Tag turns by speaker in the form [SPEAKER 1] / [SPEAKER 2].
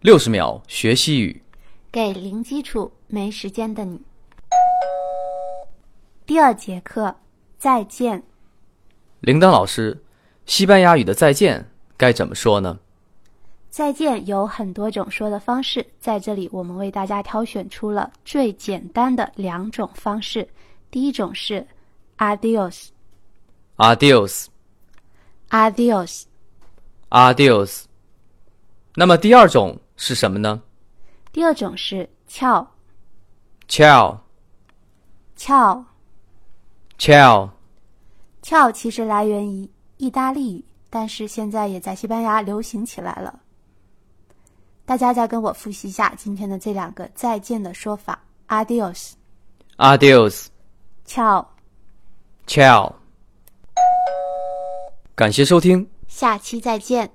[SPEAKER 1] 六十秒学西语。
[SPEAKER 2] 给零基础没时间的你。第二节课，再见，
[SPEAKER 1] 铃铛老师，西班牙语的再见该怎么说呢？
[SPEAKER 2] 再见有很多种说的方式，在这里我们为大家挑选出了最简单的两种方式。第一种是 adios，adios，
[SPEAKER 1] Adios, adios。那么第二种是什么呢
[SPEAKER 2] 第二种是翘
[SPEAKER 1] ？Ciao,
[SPEAKER 2] 翘
[SPEAKER 1] ciao。
[SPEAKER 2] 翘，其实来源于意大利语，但是现在也在西班牙流行起来了。大家再跟我复习一下今天的这两个再见的说法：adios，
[SPEAKER 1] Adios,
[SPEAKER 2] 翘。
[SPEAKER 1] ciao。感谢收听。
[SPEAKER 2] 下期再见。